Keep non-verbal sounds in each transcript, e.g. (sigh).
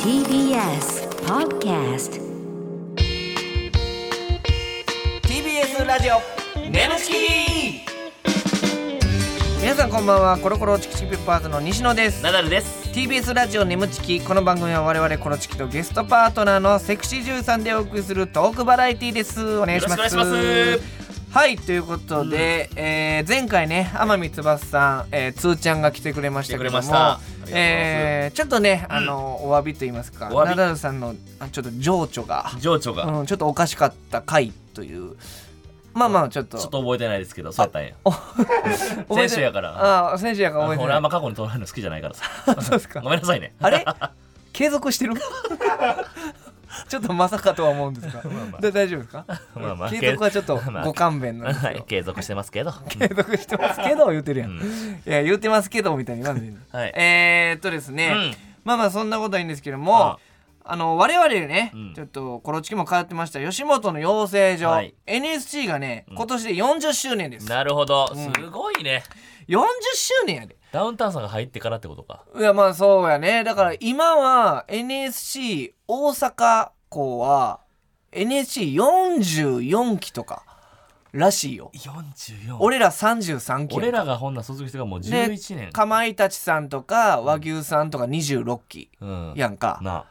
TBS Podcast TBS ラジオネムチキ皆さんこんばんはコロコロチキチキペッパーズの西野ですナダルです。 TBS ラジオネムチキこの番組は我々コロチキとゲストパートナーのセクシージュさんでお送りするトークバラエティですお願いしますよろしくお願いしはいということで、えー前回ね天海翼さん、えー、つーちゃんが来てくれましたけども来てくれましたえーちょっとねあの、お詫びと言いますかお詫びナダルさんのあちょっと情緒が、情緒が、うん、ちょっとおかしかった回というまあまあちょっとちょっと覚えてないですけど、そうやったんや。覚えて先週やからああ先週やから覚えて俺なあいんま過去に取られるの好きじゃないからさ。そうですかごめんなさいね。あれ (laughs) 継続してる (laughs) ちょっとまさかとは思うんですが、だ大丈夫ですかまあまあ継続はちょっとまあご勘弁なんですはいよ、継続してます (laughs) けど。継続してますけど言ってるやん、うんいや言ってますけどみたいに言わんでいいのはいえーっとですね、うんまあまあそんなことはいいんですけども、あの我々ね、うんちょっとコロチキも通ってました吉本の養成所、はい NSC がね今年で40周年です、なるほど、すごいね。 40周年やでダウンタウンさんが入ってからってことか。いやまあそうやねだから今は NSC 大阪校は NSC44 期とからしいよ44。俺ら33期やん俺らがほんな卒業してからもうで11年。かまいたちさんとか和牛さんとか26期うん。やんか、な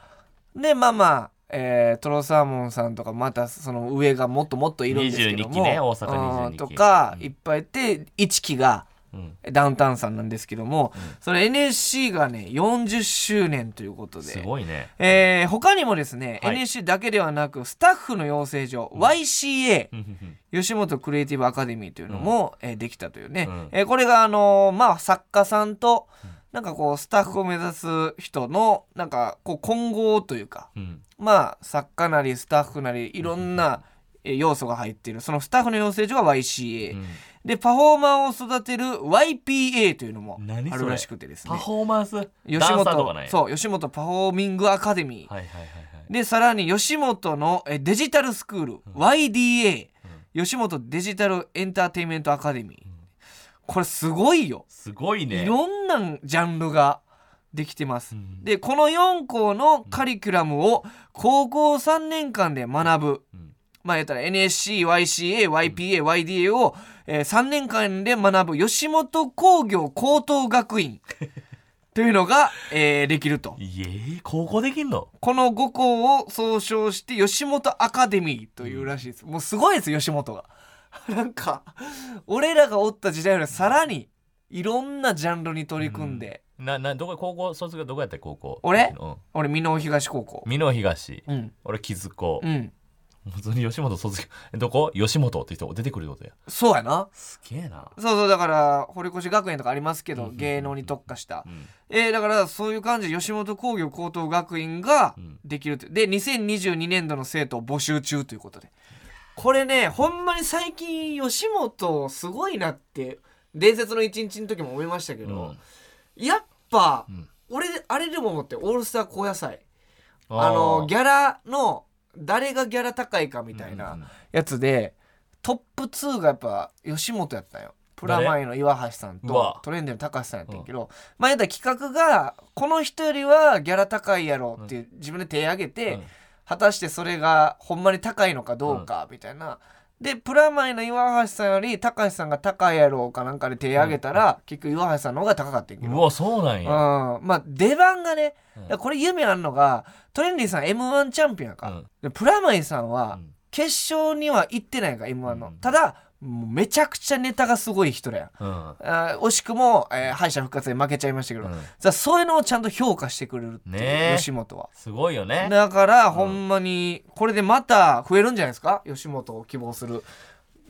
でまあまあえートロサーモンさんとかまたその上がもっともっといるんですけども22期ね大阪22期うんとかうんいっぱいいて1期があ。うん。ダウンタウンさんなんですけども、それ NSC がね40周年ということすでごいね。えー他にもですね、はい NSC だけではなくスタッフの養成所、YCA うんうん吉本クリエイティブアカデミーというのも、えーできたというね、うんえーこれがあのーまあ作家さんとなんかこうスタッフを目指す人のなんかこう混合というかうんうん。まあ作家なりスタッフなりいろんなえー要素が入っているそのスタッフの養成所が YCA、うんでパフォーマーを育てる YPA というのも何あそれるらしくてですパねフォーマンス吉ダン本サーとかないそう吉本パフォーミングアカデミー、はいはいはいはい。でさらに吉本のえデジタルスクール、YDA、吉本デジタルエンターテインメントアカデミー、これすごいよ、すごいね。いろんなジャンルができてます、うんでこの4校のカリキュラムを高校3年間で学ぶ、うんまあ言ったら NSCYCAYPAYDA を、えー3年間で学ぶ吉本工業高等学 (laughs) 院というのが、えーできるといえ、高校できんのこの5校を総称して吉本アカデミーというらしいです、もうすごいです吉本が (laughs) なんか俺らがおった時代よりさらにいろんなジャンルに取り組んで、な、な、どこ、高校、卒業どこやった高校。俺うん。俺箕面東高校美濃東。うん俺、木津子う。ん普通に吉本卒業。えどこ吉本って人出てくるってことや。そうやなすげえな。そうそうだから堀越学園とかありますけど、うんうんうん芸能に特化した、うん。えーだからそういう感じで吉本工業高等学院がうんできるってで2022年度の生徒を募集中ということでこれねほんまに最近吉本すごいなって伝説の一日の時も思いましたけど、やっぱ、ん俺あれでも思って「オールスター高野菜」ああのギャャラの誰がギャラ高いかみたいなやつで、トップ2がやっぱ吉本やったんよプラマイの岩橋さんうわとトレンデルの高橋さんやったんやけど、まあやったら企画がこの人よりはギャラ高いやろっていう自分で手挙げて、うん果たしてそれがほんまに高いのかどうかみたいな。でプラマイの岩橋さんより高橋さんが高いやろうかなんかで手挙げたら、結局岩橋さんの方が高かったんやけどうわ、そうなんや。うん、まあ出番がね、うんだからこれ夢あるのがトレンディさん m 1チャンピオンやから、でプラマイさんはうん決勝には行ってないから m 1の、うんただもうめちゃくちゃネタがすごい人だようん。あー惜しくも、えー敗者復活で負けちゃいましたけど、うんじゃそういうのをちゃんと評価してくれるっていう、ねえ吉本はすごいよね。だからほんまにこれでまた増えるんじゃないですか吉本を希望する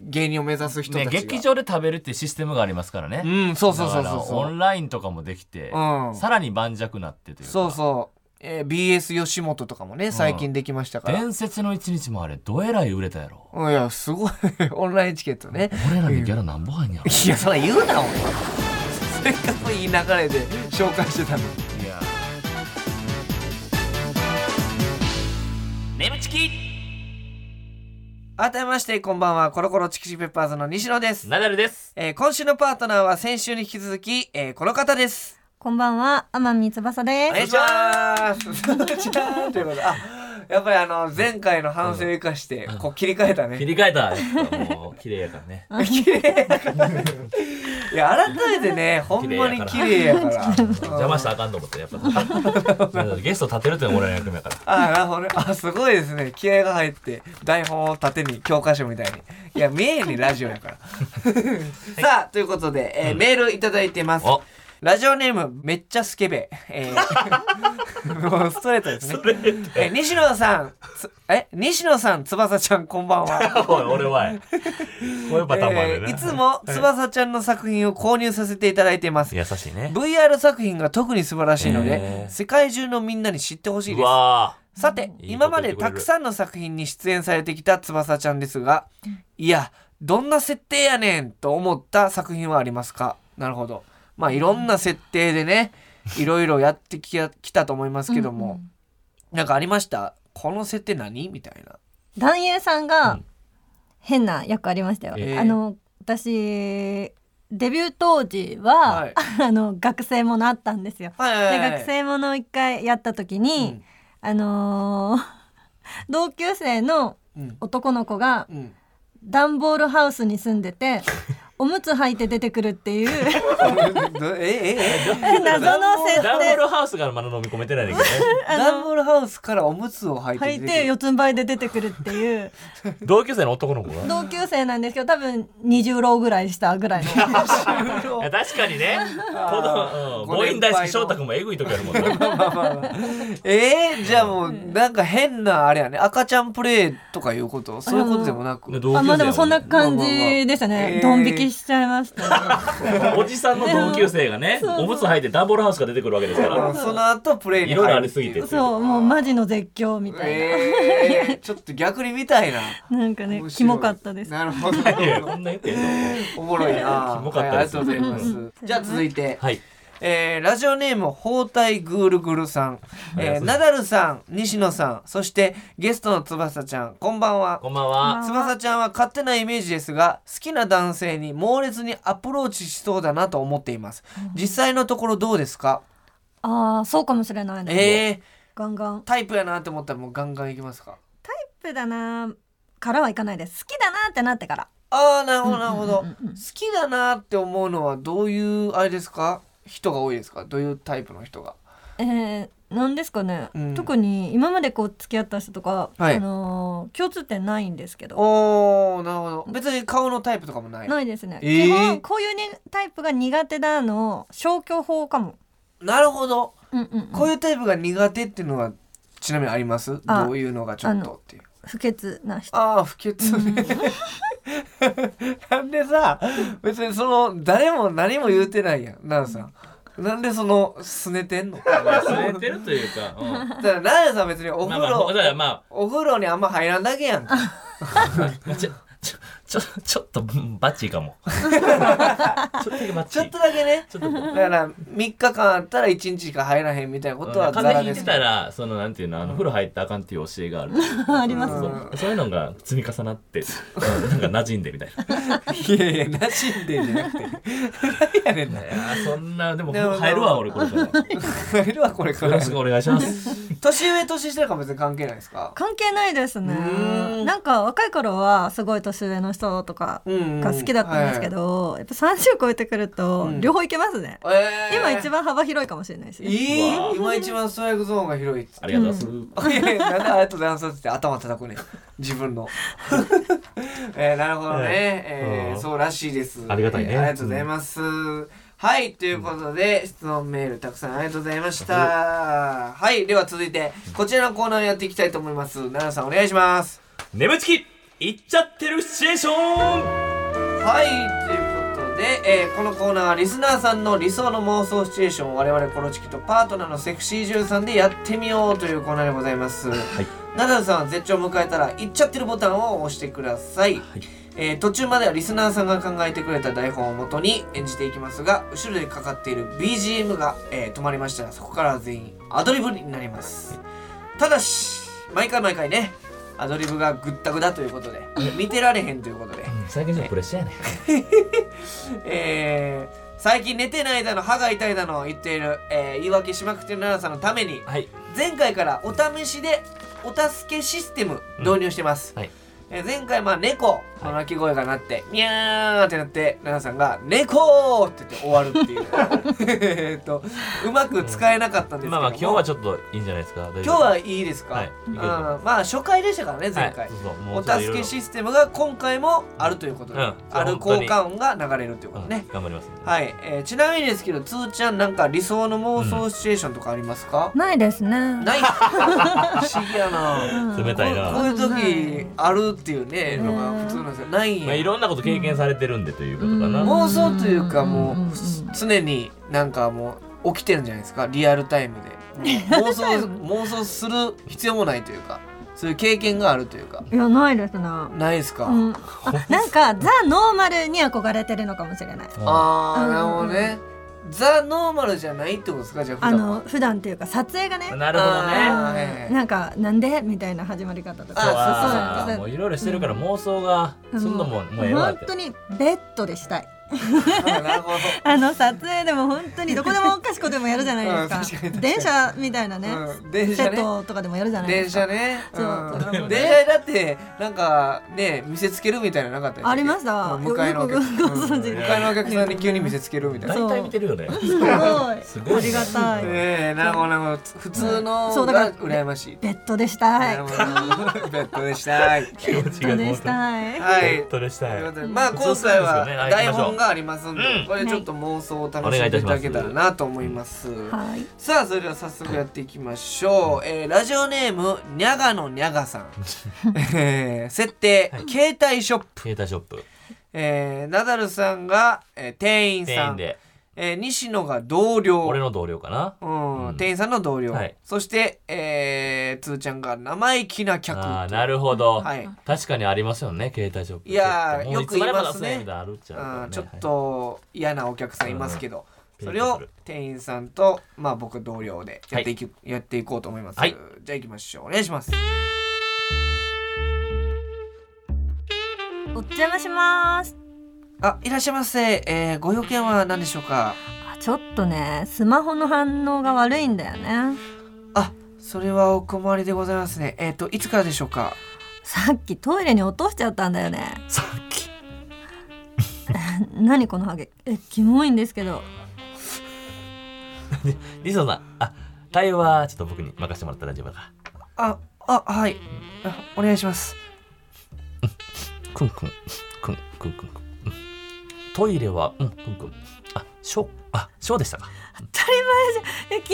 芸人を目指す人たちね、が、劇場で食べるってシステムがありますからうね。んそうそうそうだそかうらそうオンラインとかもできて、うんさらに盤石なってというか。そうそう、えー BS 吉本とかもね最近できましたから、伝説の一日もあれ、どえらい売れたやろ。うんいやすごい (laughs) オンラインチケットね俺らにギャラなんぼ入んやろ。いやそら言うなお前せっかくいい流れで紹介してたのにいや眠ちき改めましてこんばんはコロコロチキチキペッパーズの西野です、ナダルですえー今週のパートナーは先週に引き続き、えーこの方ですこんばんは、天海翼おで願いす。します。こんにち (laughs) はということで、あ、やっぱりあの前回の反省を生かしてこう切り替えた切ね。り替えたやっぱもう綺麗やから (laughs) ねいや改めてね、ほんま (laughs) に綺麗やから。邪魔したらあかんと思ってやっ (laughs) ぱゲスト立てるっていうのも俺の役目やからあなるほどね。あ、すごいですね。気合が入って、台本を縦に教科書みたいに。いや、見えへんねラジオやから。さあ、ということで、えーメールいただいてますお。 (laughs) ラジオネーム、めっちゃスケベ。えー (laughs) もうストレートですね。えー西野さん、つえ、西野さん、翼ちゃん、こんばん (laughs) は。おい俺はいこういうパターンもあるよえねーいつも翼ちゃんの作品を購入させていただいてます。優しいね VR 作品が特に素晴らしいので、えー世界中のみんなに知ってほしいです。うわさていいこと今ま言でってくれたるくさんの作品に出演されてきた翼ちゃんですがいやどんな設定やねんと思った作品はありますかなるほどまあいろんな設定でねいろいろやってきやきたと思いますけども、なんかありましたこの設定何みたいな男優さんうがん変な役ありましたよ。えーあの私デビュー当時は、はい (laughs) あの学生ものあったんですよ。(laughs) はいで学生ものを一回やった時に、あのー (laughs) 同級生のうん男の子がうんうん段ボールハウスに住んでて (laughs) おむつ履いて出てくるっていうどええ (laughs) ええ謎の設ーダンボー定ルハウスからまだ飲み込めてないんだけダンボールハウスからおむつを履いて履い出てて四つん這いで出てくるっていうどね (laughs) 同級生の男の子が同級生なんですけど多分20浪ぐらいしたぐら (laughs) いのくる (laughs) いや確か (laughs) にね子供うんごボ年配のイン大好き翔太君もえぐい時あるもんね (laughs) えー、じゃあもうなんか変なあれやね赤ちゃんプレイとかいうことそういうことでもなく同級生やもんあまねあでもそんな感じでしたまあまあまあえねードン引きしちゃいましたねおじさんの同級生がねおむつ履いてダンボールハウスから出てくるわけですかうんらその後プレイに入るってういろいろありすぎてそうもうマジの絶叫みたいな、えー、ちょっと逆に見たいななんかね面白いキモかったですなるほどいやこんな言ってんのおもろ (laughs) いなキモかったはいありでがすとうございますじゃあ続いて、はいえーラジオネーム包帯グールグルさん、えー、ナダルさん西野さんそしてゲストの翼ちゃんこんばんはこんばんはこん翼ちゃんは勝手なイメージですが好きな男性に猛烈にアプローチしそうだなと思っています実際のところどうですかああそうかもしれないねえー、ガンガンタイプやなと思ったらもうガンガンいきますかタイプだなからはいかないです好きだなってなってからああなるほどなるほどうんうんうんうん好きだなって思うのはどういうあれですか人が多いですかどういうタイプの人がえー、なんですかね、うん特に今までこう付き合った人とか、はいあのー共通点ないんですけどおーなるほど別に顔のタイプとかもないないですね、えー基本こういう、ね、タイプが苦手なの消去法かも、なるほどうんうんうんこういうタイプが苦手っていうのはちなみにありますあどういうのがちょっとっていう不潔な人ああ不潔ねなんでさ別にその誰も何も言うてないやん奈々さんなんでそのすねてんのだか忘れてるというかうんまら奈々さん別にお風あまあだか呂らまお風呂にあんま入らんだけやんかあちょちょちょちょっとうんバッチリかもちょっとだけバッチちょっリとだけねちょっとだから3日間あったら1日しか入らへんみたいなことは風ザラ邪ひでいてすたらそのなんていうのあの風呂入ったらあかんっていう教えがあるありますねそうそういうのが積み重なってうんなんか馴染んでみ (laughs) たいないやいや馴染んでんじゃなくて何やねんないやーそんなでもでも入るわ俺これからよ入るわこれからろしくお願いします年上年下か別に関係ないですか関係ないですねうーんなんか若い頃はすごい年上の人とかうんが好きだったんですけど、やっぱ30超えてくるとうん両方いけますね、はいえー今一番幅広いかもしれないですねいいうわ今一番ストライクゾーンが広いっつありがとうございますいやいやなんであれとダンスって頭叩くねん自分の (laughs) えー、なるほどね、はいえうー、んそうらしいですありがたいねえーありがとうございます、はいということで、質問メールたくさんありがとうございました、はいでは続いてこちらのコーナーやっていきたいと思います奈々さんお願いします眠ちき行っちゃってるシチュエーションはいということで、えーこのコーナーはリスナーさんの理想の妄想シチュエーションを我々コロチキとパートナーのセクシージュンさんでやってみようというコーナーでございます、ナダルさんは絶頂を迎えたら「行っちゃってる」ボタンを押してください、えー途中まではリスナーさんが考えてくれた台本をもとに演じていきますが後ろでかかっている BGM が、えー止まりましたらそこから全員アドリブになりますただし毎回毎回ねアドリブがぐったぐだということで見てられへんということで最近ちょっとプレッシャーやねえー最近寝てないだの歯が痛いだの言っている、えー言い訳しまくってる奈々さんのためにはい前回からお試しでお助けシステム導入してます、はいえー前回まあ猫の鳴き声が鳴って、にゃーってなって奈々さんが「猫!」って言って終わるっていう (laughs) えーっとうまく使えなかったんですけどまあもまあ今日はちょっといいんじゃないですか今日はいいですか、はいうんまあ初回でしたからね前回、お助けテシステムが今回もあるということで、うんある効果音が流れるということね、頑張りますんではい、えーちなみにですけどつーちゃんなんか理想の妄想シチュエーションとかありますか、ないですね。ない (laughs) 不思議やなうん冷たいこうなこういう時あるっていうねのが普通なんですよないんやまあいろんなこと経験されてるんでということかなうん妄想というかうんうんもうんう常になんかもう起きてるんじゃないですかリアルタイムでもう妄 (laughs) 想妄想する必要もないというかそういう経験があるというかいやないですね。ないですか、うん、あなんかザ・ノーマルに憧れてるのかもしれないあーうんなるほどね、ザ・ノーマルじゃないってことですかじゃああ普段はの普段っていうか撮影がねなるほどねあーはいはいなんかなんでみたいな始まり方とあそうかあそうそうもういろいろしてるから妄想がうんすんのももうええわ本って当にベッドでしたい (laughs) あなるほどあの撮影でも本当にどこでもかしこでもやるじゃないですか,、うん確かに確かに電車みたいなね、うん電セ車ッねトとかでもやるじゃないで電すか車ね、そうそううん電車だってなんかね見せつけるみたいなのなかったでっけありましたうん向かいのお客さんよくごご存知うん向かいのお客さんに急に見せつけるみたいなそう大体見てるよねすすごいごいありがたいええなるほどなるほど普通のそうだからが羨ましい、ベッドでしたいなるほどベッドでしたい気持ちベッがドでもしたい (laughs) はいとでしとたいうこいとでまあうん今回そはうですよね台本がありますんで、うんこれちょっと妄想を楽しんでいただけたらなと思います、はいさあそれでは早速やっていきましょう、えーラジオネームにゃがのにゃが (laughs) さん、えー設定、携帯ショップ、携帯ショップえーナダルさんが、えー店員店さ員ん、でえー西野が同僚俺の同僚かなうんうん店員さんの同僚、はいそして、えー、つーちゃんが生意気な客ああなるほどはい確かにありますよね携帯ショップいやーちょっともうよく言いますねつまでも出せないみたいなのあるっちゃうからうねんちょっと嫌なお客さんいますけど、うんそれピリッとをする店員さんと、まあ、僕同僚でやっていき、やっていこうと思います、はいじゃあ行きましょうお願いしますお邪魔しますあいらっしゃいませ、えー、ご用件は何でしょうかあちょっとねスマホの反応が悪いんだよねあそれはお困りでございますねえっ、といつからでしょうかさっきトイレに落としちゃったんだよね (laughs) さっき何このハゲえキモいんですけどリソさんあ対話はちょっと僕に任せてもらったら大丈夫だかああはいあお願いしますらくんくんくんくんくんくんうんトイレはうんくんくんあショーあショーでしたか当たり前じゃんえキ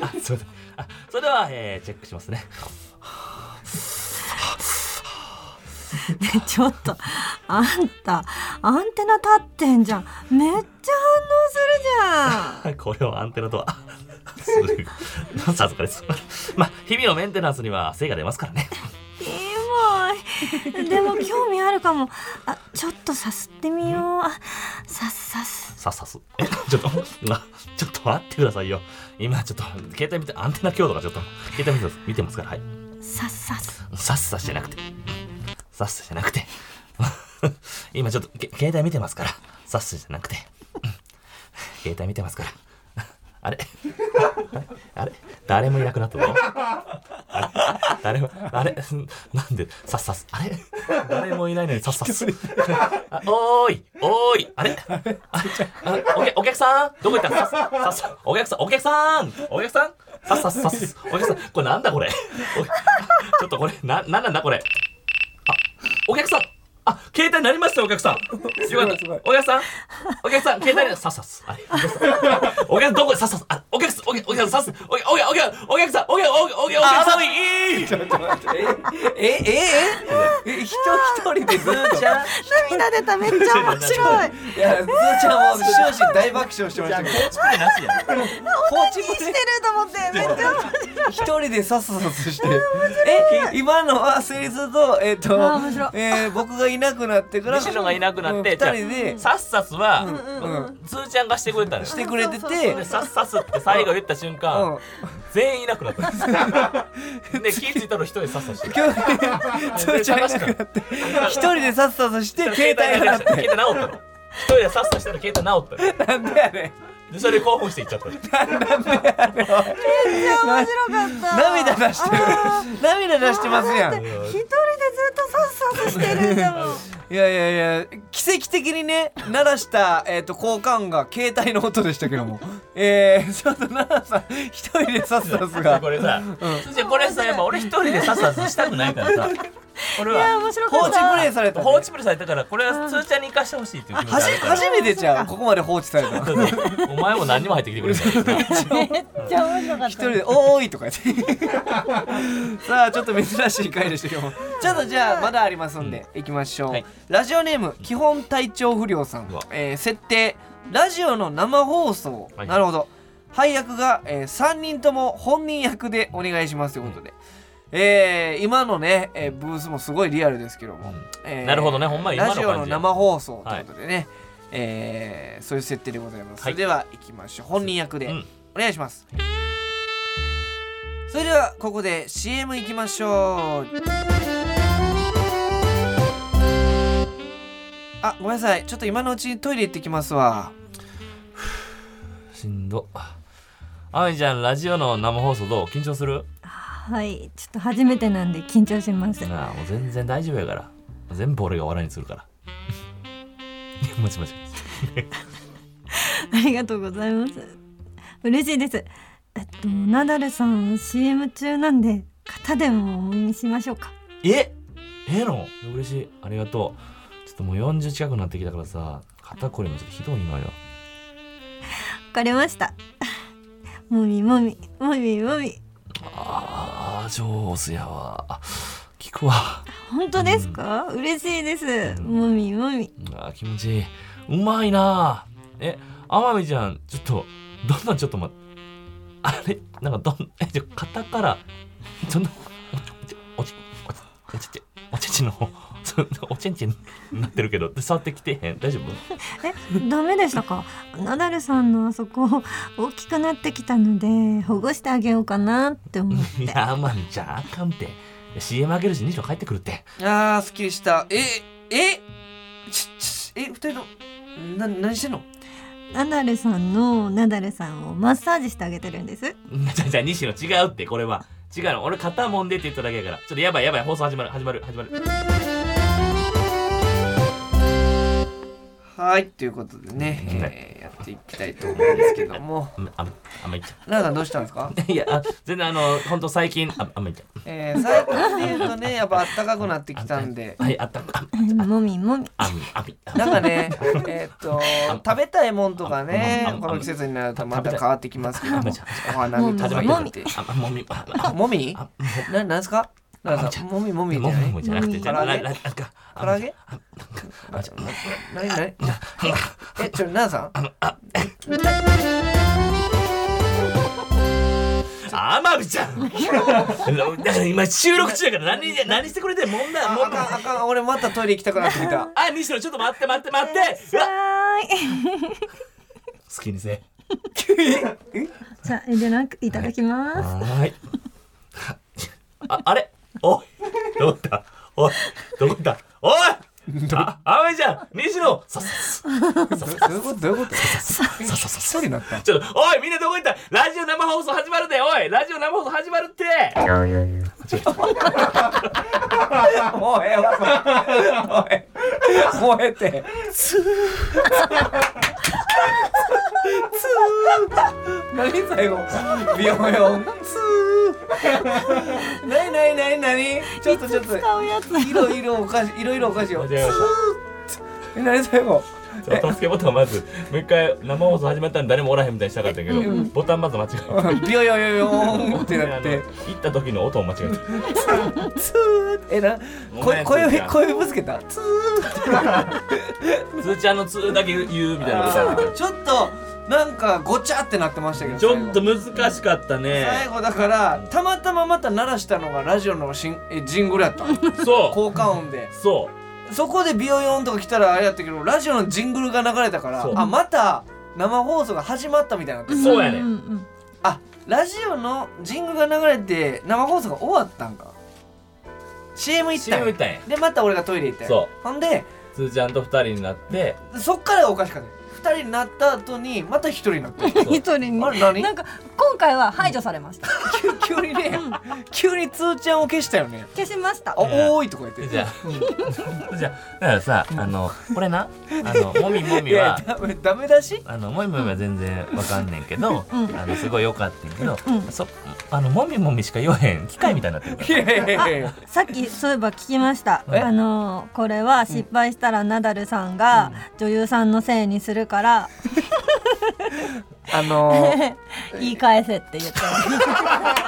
モいあそうだあそれでは、えー、チェックしますね (laughs) ね (laughs) ちょっとあんたアンテナ立ってんじゃんめっちゃ反応するじゃんはいこれをアンテナとは。するさすがです。まあ、日々のメンテナンスには精が出ますからね。 (laughs) キモいでも興味あるかもあちょっとさすってみようあさすさすさっさっす。え、ちょっと、な、ちょっと待ってくださいよ。今、ちょっと、携帯見て、アンテナ強度がちょっと、携帯見てます見てますから、はい。さすさすさっさじゃなくて。さっさじゃなくて。 (laughs) 今、ちょっと、け携帯見てますから。さっさじゃなくて。 (laughs) 携帯見てますから。 (laughs) あれ (laughs) あれ誰もいなくなったのあれ誰も、あれなんで、さっさす、あれ誰もいないのにさっさす。あおーい、おーい、あれああお客お客さんどこ行ったさっさっさ、お客さん、お客さんお客さんさっさっさっす、お客さん、これなんだこれおちょっとこれ、な、なんなんだこれあ、お客さんあ、携帯鳴りましたよお客さん。よかったお客さんお客さん、携帯に、さっさっす。あれお客さんどこさっさっあお客さんお客お客さんさっすお客お客お客お客さんお客お客お客お客さんいいえええええ人一人でずーちゃん涙出ためっちゃ (laughs) 面白いいや、ずーちゃんも終始大爆笑してましたけど、構築なしや放置もしてねると思って (laughs) めっちゃ面白い一人でさっささすして。え、今のは成立と、えっとあー面白い、えー僕がいなくなってから。西野がいなくなってうん二人で、さっさすはうん、つーちゃんがしてくれたんでしすてくれてそうそうて。でさっさすって最後言った瞬間う全員いなくなったんですで気づいたら一人でさっさしてん、今日、 (laughs) ずーちゃんいなくなって、一人でさっさとして、携帯が鳴って。携帯直ったの一人でさっさしたら携帯直ったのなんでやねでそれで興奮していっちゃったの面白かった涙出してる涙出してますやんだって一人でずっとさっさとしてるんだもんいやいやいや奇跡的にね鳴らした、えー、と交換が携帯の音でしたけどもえー、ちょっと奈良さん一人でさっさすがこれさ、じゃあこれさやっぱ俺一人でさっさしたくないからさ俺いやは面白 (laughs) 放かっ置たプレイされたね放置プレイされたからこれは通ちゃんに生かしてほしいっていう気持ちはじある初めてじゃんここまで放置されたのからお前も何にも入ってきてく (laughs) れないめっちゃ面白かっ一人で「おーい!」とか言って (laughs) さあちょっと珍しい回でしたけどもちょっとじゃあまだありますんで、行きましょう、はいラジオネーム基本体調不良さんうわ、えー設定ラジオの生放送、はいなるほど配役が、え3人とも本人役でお願いしますということで、えー今のね、えーブースもすごいリアルですけども、うんえー (laughs) なるほどねほんま今のラ感ジじオの生放送ということでね、えーそういう設定でございます、はいそれでは行きましょう本人役で、うんお願いしますそれではここで CM 行きましょうあごめんなさいちょっと今のうちにトイレ行ってきますわしんどあみちゃんラジオの生放送どう緊張するたはいちょっと初めてなんで緊張しますなあもう全然大丈夫やから全部俺が笑いにするから (laughs) もちもちありがとうございます。嬉しいです。えっと、ナダルさん CM 中なんで、肩でもお見しましょうか。えええの嬉しいありがとうちょっともう40近くなってきたからさ肩こりもちょっとひどいのよわかりました。 (laughs) もみもみ、もみもみ。ああ上手やわあ聞くわ本当ですか、嬉しいです。もみもみ。あー気持ちいいうまいなえ天海ちゃんちょっとどんどんちょっと待ってあれなんかどんえじゃ肩からそんなおちおちおちおちおちちの方そんなおちんちんになってるけど触ってきてへん大丈夫え、ダメでしたかナダルさんのあそこ、大きくなってきたので、保護してあげようかなって思って。いや天海ちゃんあかんて CM あげるし西野帰ってくるってあーすっきりしたええちちえ二人のな何してんのナダルさんのナダルさんをマッサージしてあげてるんです。じゃあじゃあ西野違うってこれは違うの俺肩もんでって言っただけやからちょっとやばいやばい放送始まる始まる始まるはいということでね、えーやっていきたいと思うんですけどもああめちゃん奈良さんどうしたんですかいや、あ全然あの、本当最近、あ、あんまり言っちゃえー、最近で言うとねやっぱ暖かくなってきたんでうはい、あった、あ、もみもみ。あみ、あみ、あみ。なんか (laughs) ね、えーっと食べたいもんとかああねあこの季節になるとまた変わってきますけどあもじゃお花見とか行ってあ、あもみ、あ、あ、もみあななんですかなんあかじゃあもみもみじゃもないみもじゃなくて、じゃあ、唐揚ら、げら、なんか、唐揚げああちょなになに (laughs) えちょななさんあまみちゃんだから今収録中やから何で、何してくれてんもんだ、あもあんかんだ。あかん俺またトイレ行きたくなってきたあ、西野、ちょっと待って、待って、待って。うわはーい。好きにせ。じゃあ、遠慮なくいただきます。はーい。あ、あれおい、どこ行ったおい、どこ行ったおいあ、あまみちゃん、西野さっさっどどういうことどういうことさっさっさっさっ一人になったちょっと、おい、みんなどこ行ったラジオ生放送始まるで、おい、ラジオ生放送始まるって。もうええわもうええもうええって何最後ビヨンビヨンツー何何何何ちょっとちょっと使うやつ。いろいろおかしいいろいろおかしいよ間違えましえ何最後た。そう助けボタンまず、もう一回生放送始まったんで誰もおらへんみたいにしたかったけど、ボタンまず間違えビヨヨヨヨーンってた。なっあのて行った時の音を間違えツーえな声声指小指ぶつけたツーた。つーちゃんのつーだけ言うみたいなことやったけどちょっとなんかごちゃってなってましたけどち最ょ後っと難しかったね。最後だからたまたままた鳴らしたのがラジオのしんえジングルやった効 (laughs) そ果音でう。そう。そこでビヨヨンとか来たらあれやったけどラジオのジングルが流れたからそうあまた生放送が始まったみたいになってそうやねんんあラジオのジングルが流れて生放送が終わったんか CM 行った CM ん行っやたんや。でまた俺がトイレ行ったんやそほんでつすーちゃんと二人になってそっからがおかしかった二人になった後にまた一人になった (laughs) 一人にあれ何なんか今回は排除されました急にね急につーちゃんを消したよね消しましたあおーいとか言ってじゃあ (laughs) じゃあだからさあのこれなあのもみもいみはやダメダメだし (laughs) あのもみもみは全然わかんねんけど、うんあのすごい良かったんやけど、うんそあのもみもみしか言わへん機械みたいになってるからいやいやいやいやさっきそういえば聞きましたえあのーこれは失敗したらナダルさんが女優さんのせいにするからあのー (laughs) 言い返せって言って (laughs)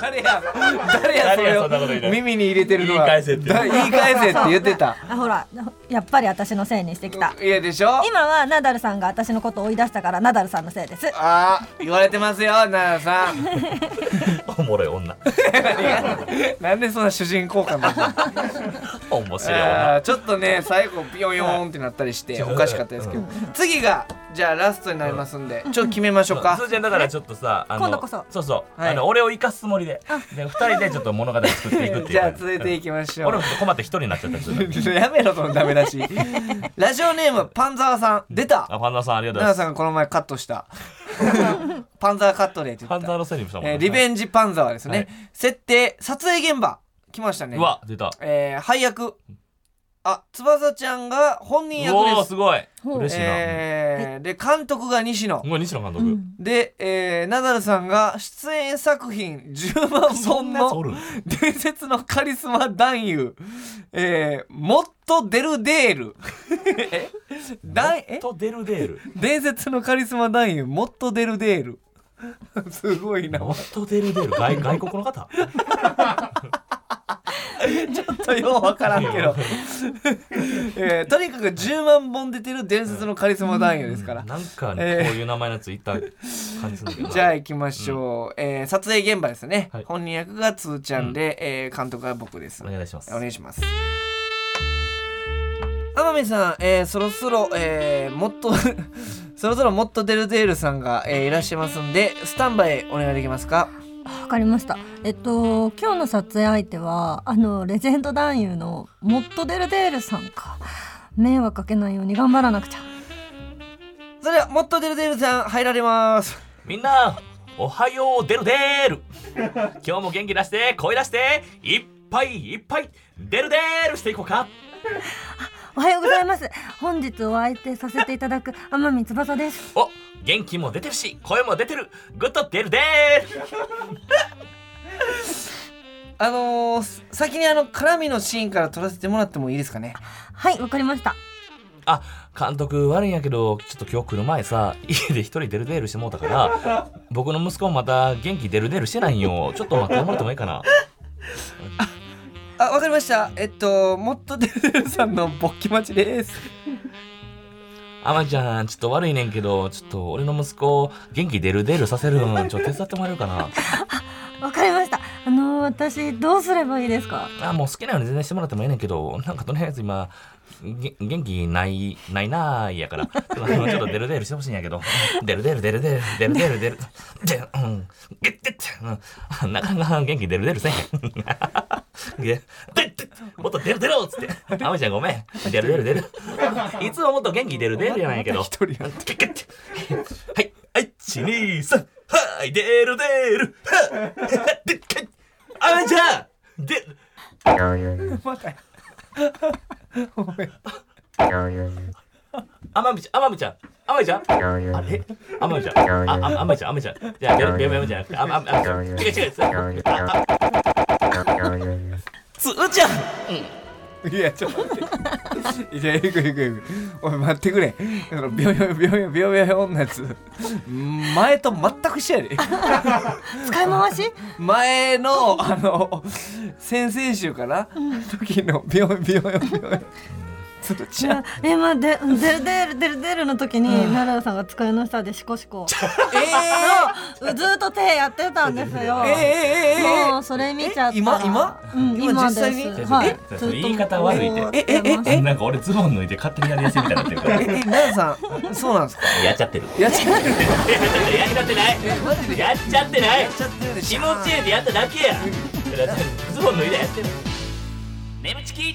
誰や誰やそ誰れやそをんなこと言うの耳に入れてるのは言い返せってだ (laughs) 言い返せって言ってたあほらやっぱり私のせいにしてきたいやでしょ今はナダルさんが私のことを追い出したからナダルさんのせいですあー言われてますよ奈良さ (laughs) んおもろい女なんでそんな主人公感だった面白い女あーちょっとね最後ピヨヨーンってなったりしておかしかったですけど次がじゃあラストになりますんでちょっと決めましょうかすーちゃんだからちょっとさあの今度こそうそう、はいあの俺を生かすつもりでで二人でちょっと物語作っていくっていうじゃあ続いていきましょ俺うもちょっと困って一人になっちゃったりす (laughs) るやめろそのダメだしラジオネームパンザーさん出たあパンダさんありがとう奈良ございますさんがこの前カットした (laughs) パンザーカットでってパ言っンダたのせいにしたもんえーリベンンジパンザーはですね、はい設定撮影現場来ましたねうわ出たえー配役あ翼ちゃんが本人うおー役すごいほう嬉しいな、ですで監督が西野うわ西野監督、うんで、えーナダルさんが出演作品10万本おのる伝説のカリスマ男優、えーモット・デルデ (laughs) ール (laughs) えだいえとデルデ (laughs) ール伝説のカリスマ男優モット・デルデール (laughs) すごいなモットデルデール (laughs) 外外国の方ちょっとようわからんけど、 (laughs) えーとにかく10万本出てる伝説のカリスマ男優ですから、なんか、えーこういう名前のやついた感じするんだけどなじゃあ行きましょう、えー撮影現場ですね、はい本人役がつーちゃんで、えー監督が僕ですお願いしますお願いします天海さん、えーそろそろ、えーもっと (laughs) そろそろもっとデルデールさんが、えーいらっしゃいますんでスタンバイお願いできますかわかりましたえっと今日の撮影相手はあのレジェンド男優のモットデルデールさんか迷惑かけないように頑張らなくちゃそれではもっとデルデールさん入られますみんなおはようデルデール今日も元気出して声出していっぱいいっぱいデルデールしていこうかおはようございます本日お相手させていただく天海翼ですお元気も出てるし声も出てるグッドデルデールあのー、先にあの絡みのシーンから撮らせてもらってもいいですかねはいわかりましたあ監督悪いんやけどちょっと今日来る前さ家で一人デルデールしてもうたから僕の息子もまた元気デルデールしてないんよちょっと待ってもらってもいいかなあわかりましたえっともっとデルデールさんの勃起待ちですあまちゃん、ちょっと悪いねんけど、ちょっと俺の息子、元気出る出るさせるの、ちょっと手伝ってもらえるかな。わかりましたあの私どうすればいいですかあ、もう好きなように全然してもらってもええねんけど、なんかとりあえず今、げ元気ない、ないなーやから、ちょっとあのちょっと出る出るしてほしいんやけど、出る出る出る出る出る出る出る、出る、うん、げってって、うん、なかなか元気出る出るせえへん。げでって、もっと出る出ろっつって、あまちゃんごめん、出る出る出る。いつももっと元気出る出るやないけど。一人やキュッキュッてはい、はい、一二三、はい、出る出る、はい、でっかい、あじゃあ、で、 (laughs) また (laughs) あまみちゃん、あまみちゃん、あまみちゃん、あれ、あまみちゃん、あ、ああまみちゃん、あまみちゃん、じゃあ、やめやめじゃなくて、あま、あま、あ違う違う、違うあ、あつーちゃん、いや、ちょっと待って。いや、いくいくいく。おい、待ってくれ。あの、秒々秒々秒々女やつ。前と全く一緒やで。使い回し前の、あの、先々週かな時の秒々秒々秒々。つるちいゃやん。今でデルデルデルデルの時に奈良さんが机の下でシコシコずっと手やってたんですよえー、えー、えええもうそれ見ちゃったらえ今今うん、今今実際にですはいえ言い方悪いっずてっともうええええなんか俺ズボン脱いで勝手にやりやすいみたいになってるかええ、え、奈良さん、そうなんですかやっちゃってる。やっちゃってる。やっちゃってない。やっちゃってないやっ。ちゃってるでし気ょ持ちいいでやっただけやズボン脱いでやってる眠ちき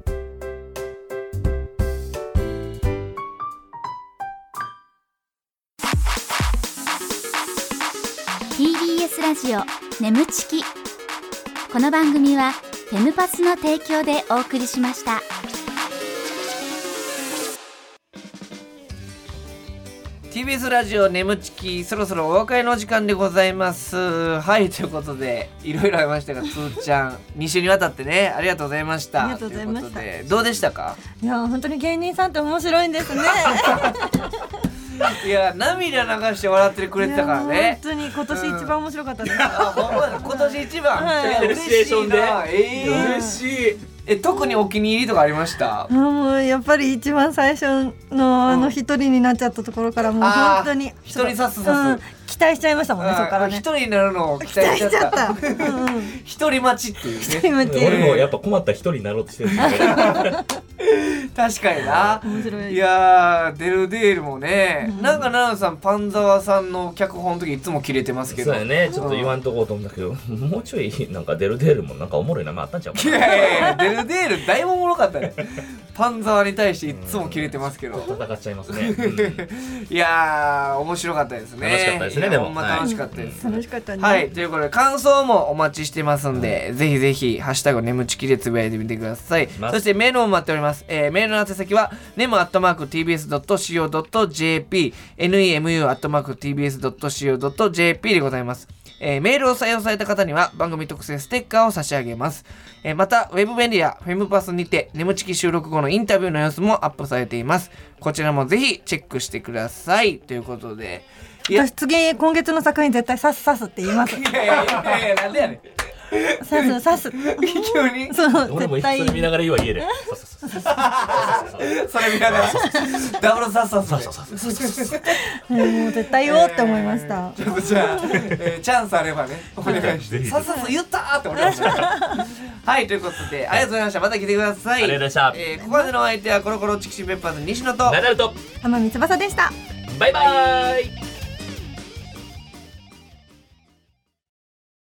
TBS ラジオ眠ちきこの番組はフェムパスの提供でお送りしました TBS ラジオ眠ちきそろそろお別れの時間でございますはいということでいろいろありましたがつーちゃん2週にわたってねありがとうございましたありがとうございましたということでどうでしたかいやー本当に芸人さんって面白いん (laughs) ですねいや涙流して笑ってくれてたかいらやーね本当に今年一番面白かったです、あほんまだ今年一番、はいいや嬉しいなシチュエーションでえー嬉しいえ特にお気に入りとかありましたあーもうやっぱり一番最初のあうんの一人になっちゃったところからもうあー本当に一人刺す刺すうん、期待しちゃいましたもんねそこから一ね人になるのを期期待待ししちちゃゃっったたうんうん一人待ちっていうね気持ちいい俺もやっぱ困った一人になろうとしてるんですよね確かにな面白いいやーデルデールもね、うんなんか奈々さんパンザワさんの脚本の時いつもキレてますけそどうやねちょっと言わんとこうと思ったけどもうちょいなんか出る出るもなんかおもろい名前あったんちゃういかなやいやいやデルデールだいぶおもろかった (laughs) ねパンザワに対していつもキレてますけど、戦っちゃいますね、うんいやー面白かったですね楽しかったですいねやでもほんまはい楽しかったです、楽しかったね、はい、ということで感想もお待ちしてますんで、ぜひぜひ「ハッシュタグ眠ちき」でつぶやいてみてくださいますそしてメールも待っております、えーメールの宛先は nemu.tbs.co.jp nemu.tbs.co.jp でございますえーメールを採用された方には番組特製ステッカーを差し上げます。えーまた、ウェブメディア、フェムパスにて、眠ちき収録後のインタビューの様子もアップされています。こちらもぜひチェックしてください。ということで。 (laughs) いや私次今月の作品絶対刺す刺すって言います刺いやいやいやいや、なんでやねん。す刺す急にそう俺も絶そ対れ見ながら言うわ家でそうそうそうそうそれ見ながらダブルサッサッサッサうんもう絶対言おうって思いました、ちょっとじゃあ、えーチャンスあればねお願いしてぜひサッサッサ言ったーって俺は思ったはいということでありがとうございましたまた来てくださいありがとうございましたえーここまでのお相手はコロコロチキシペッパーズ西野とナダルと天海翼でしたバイバイ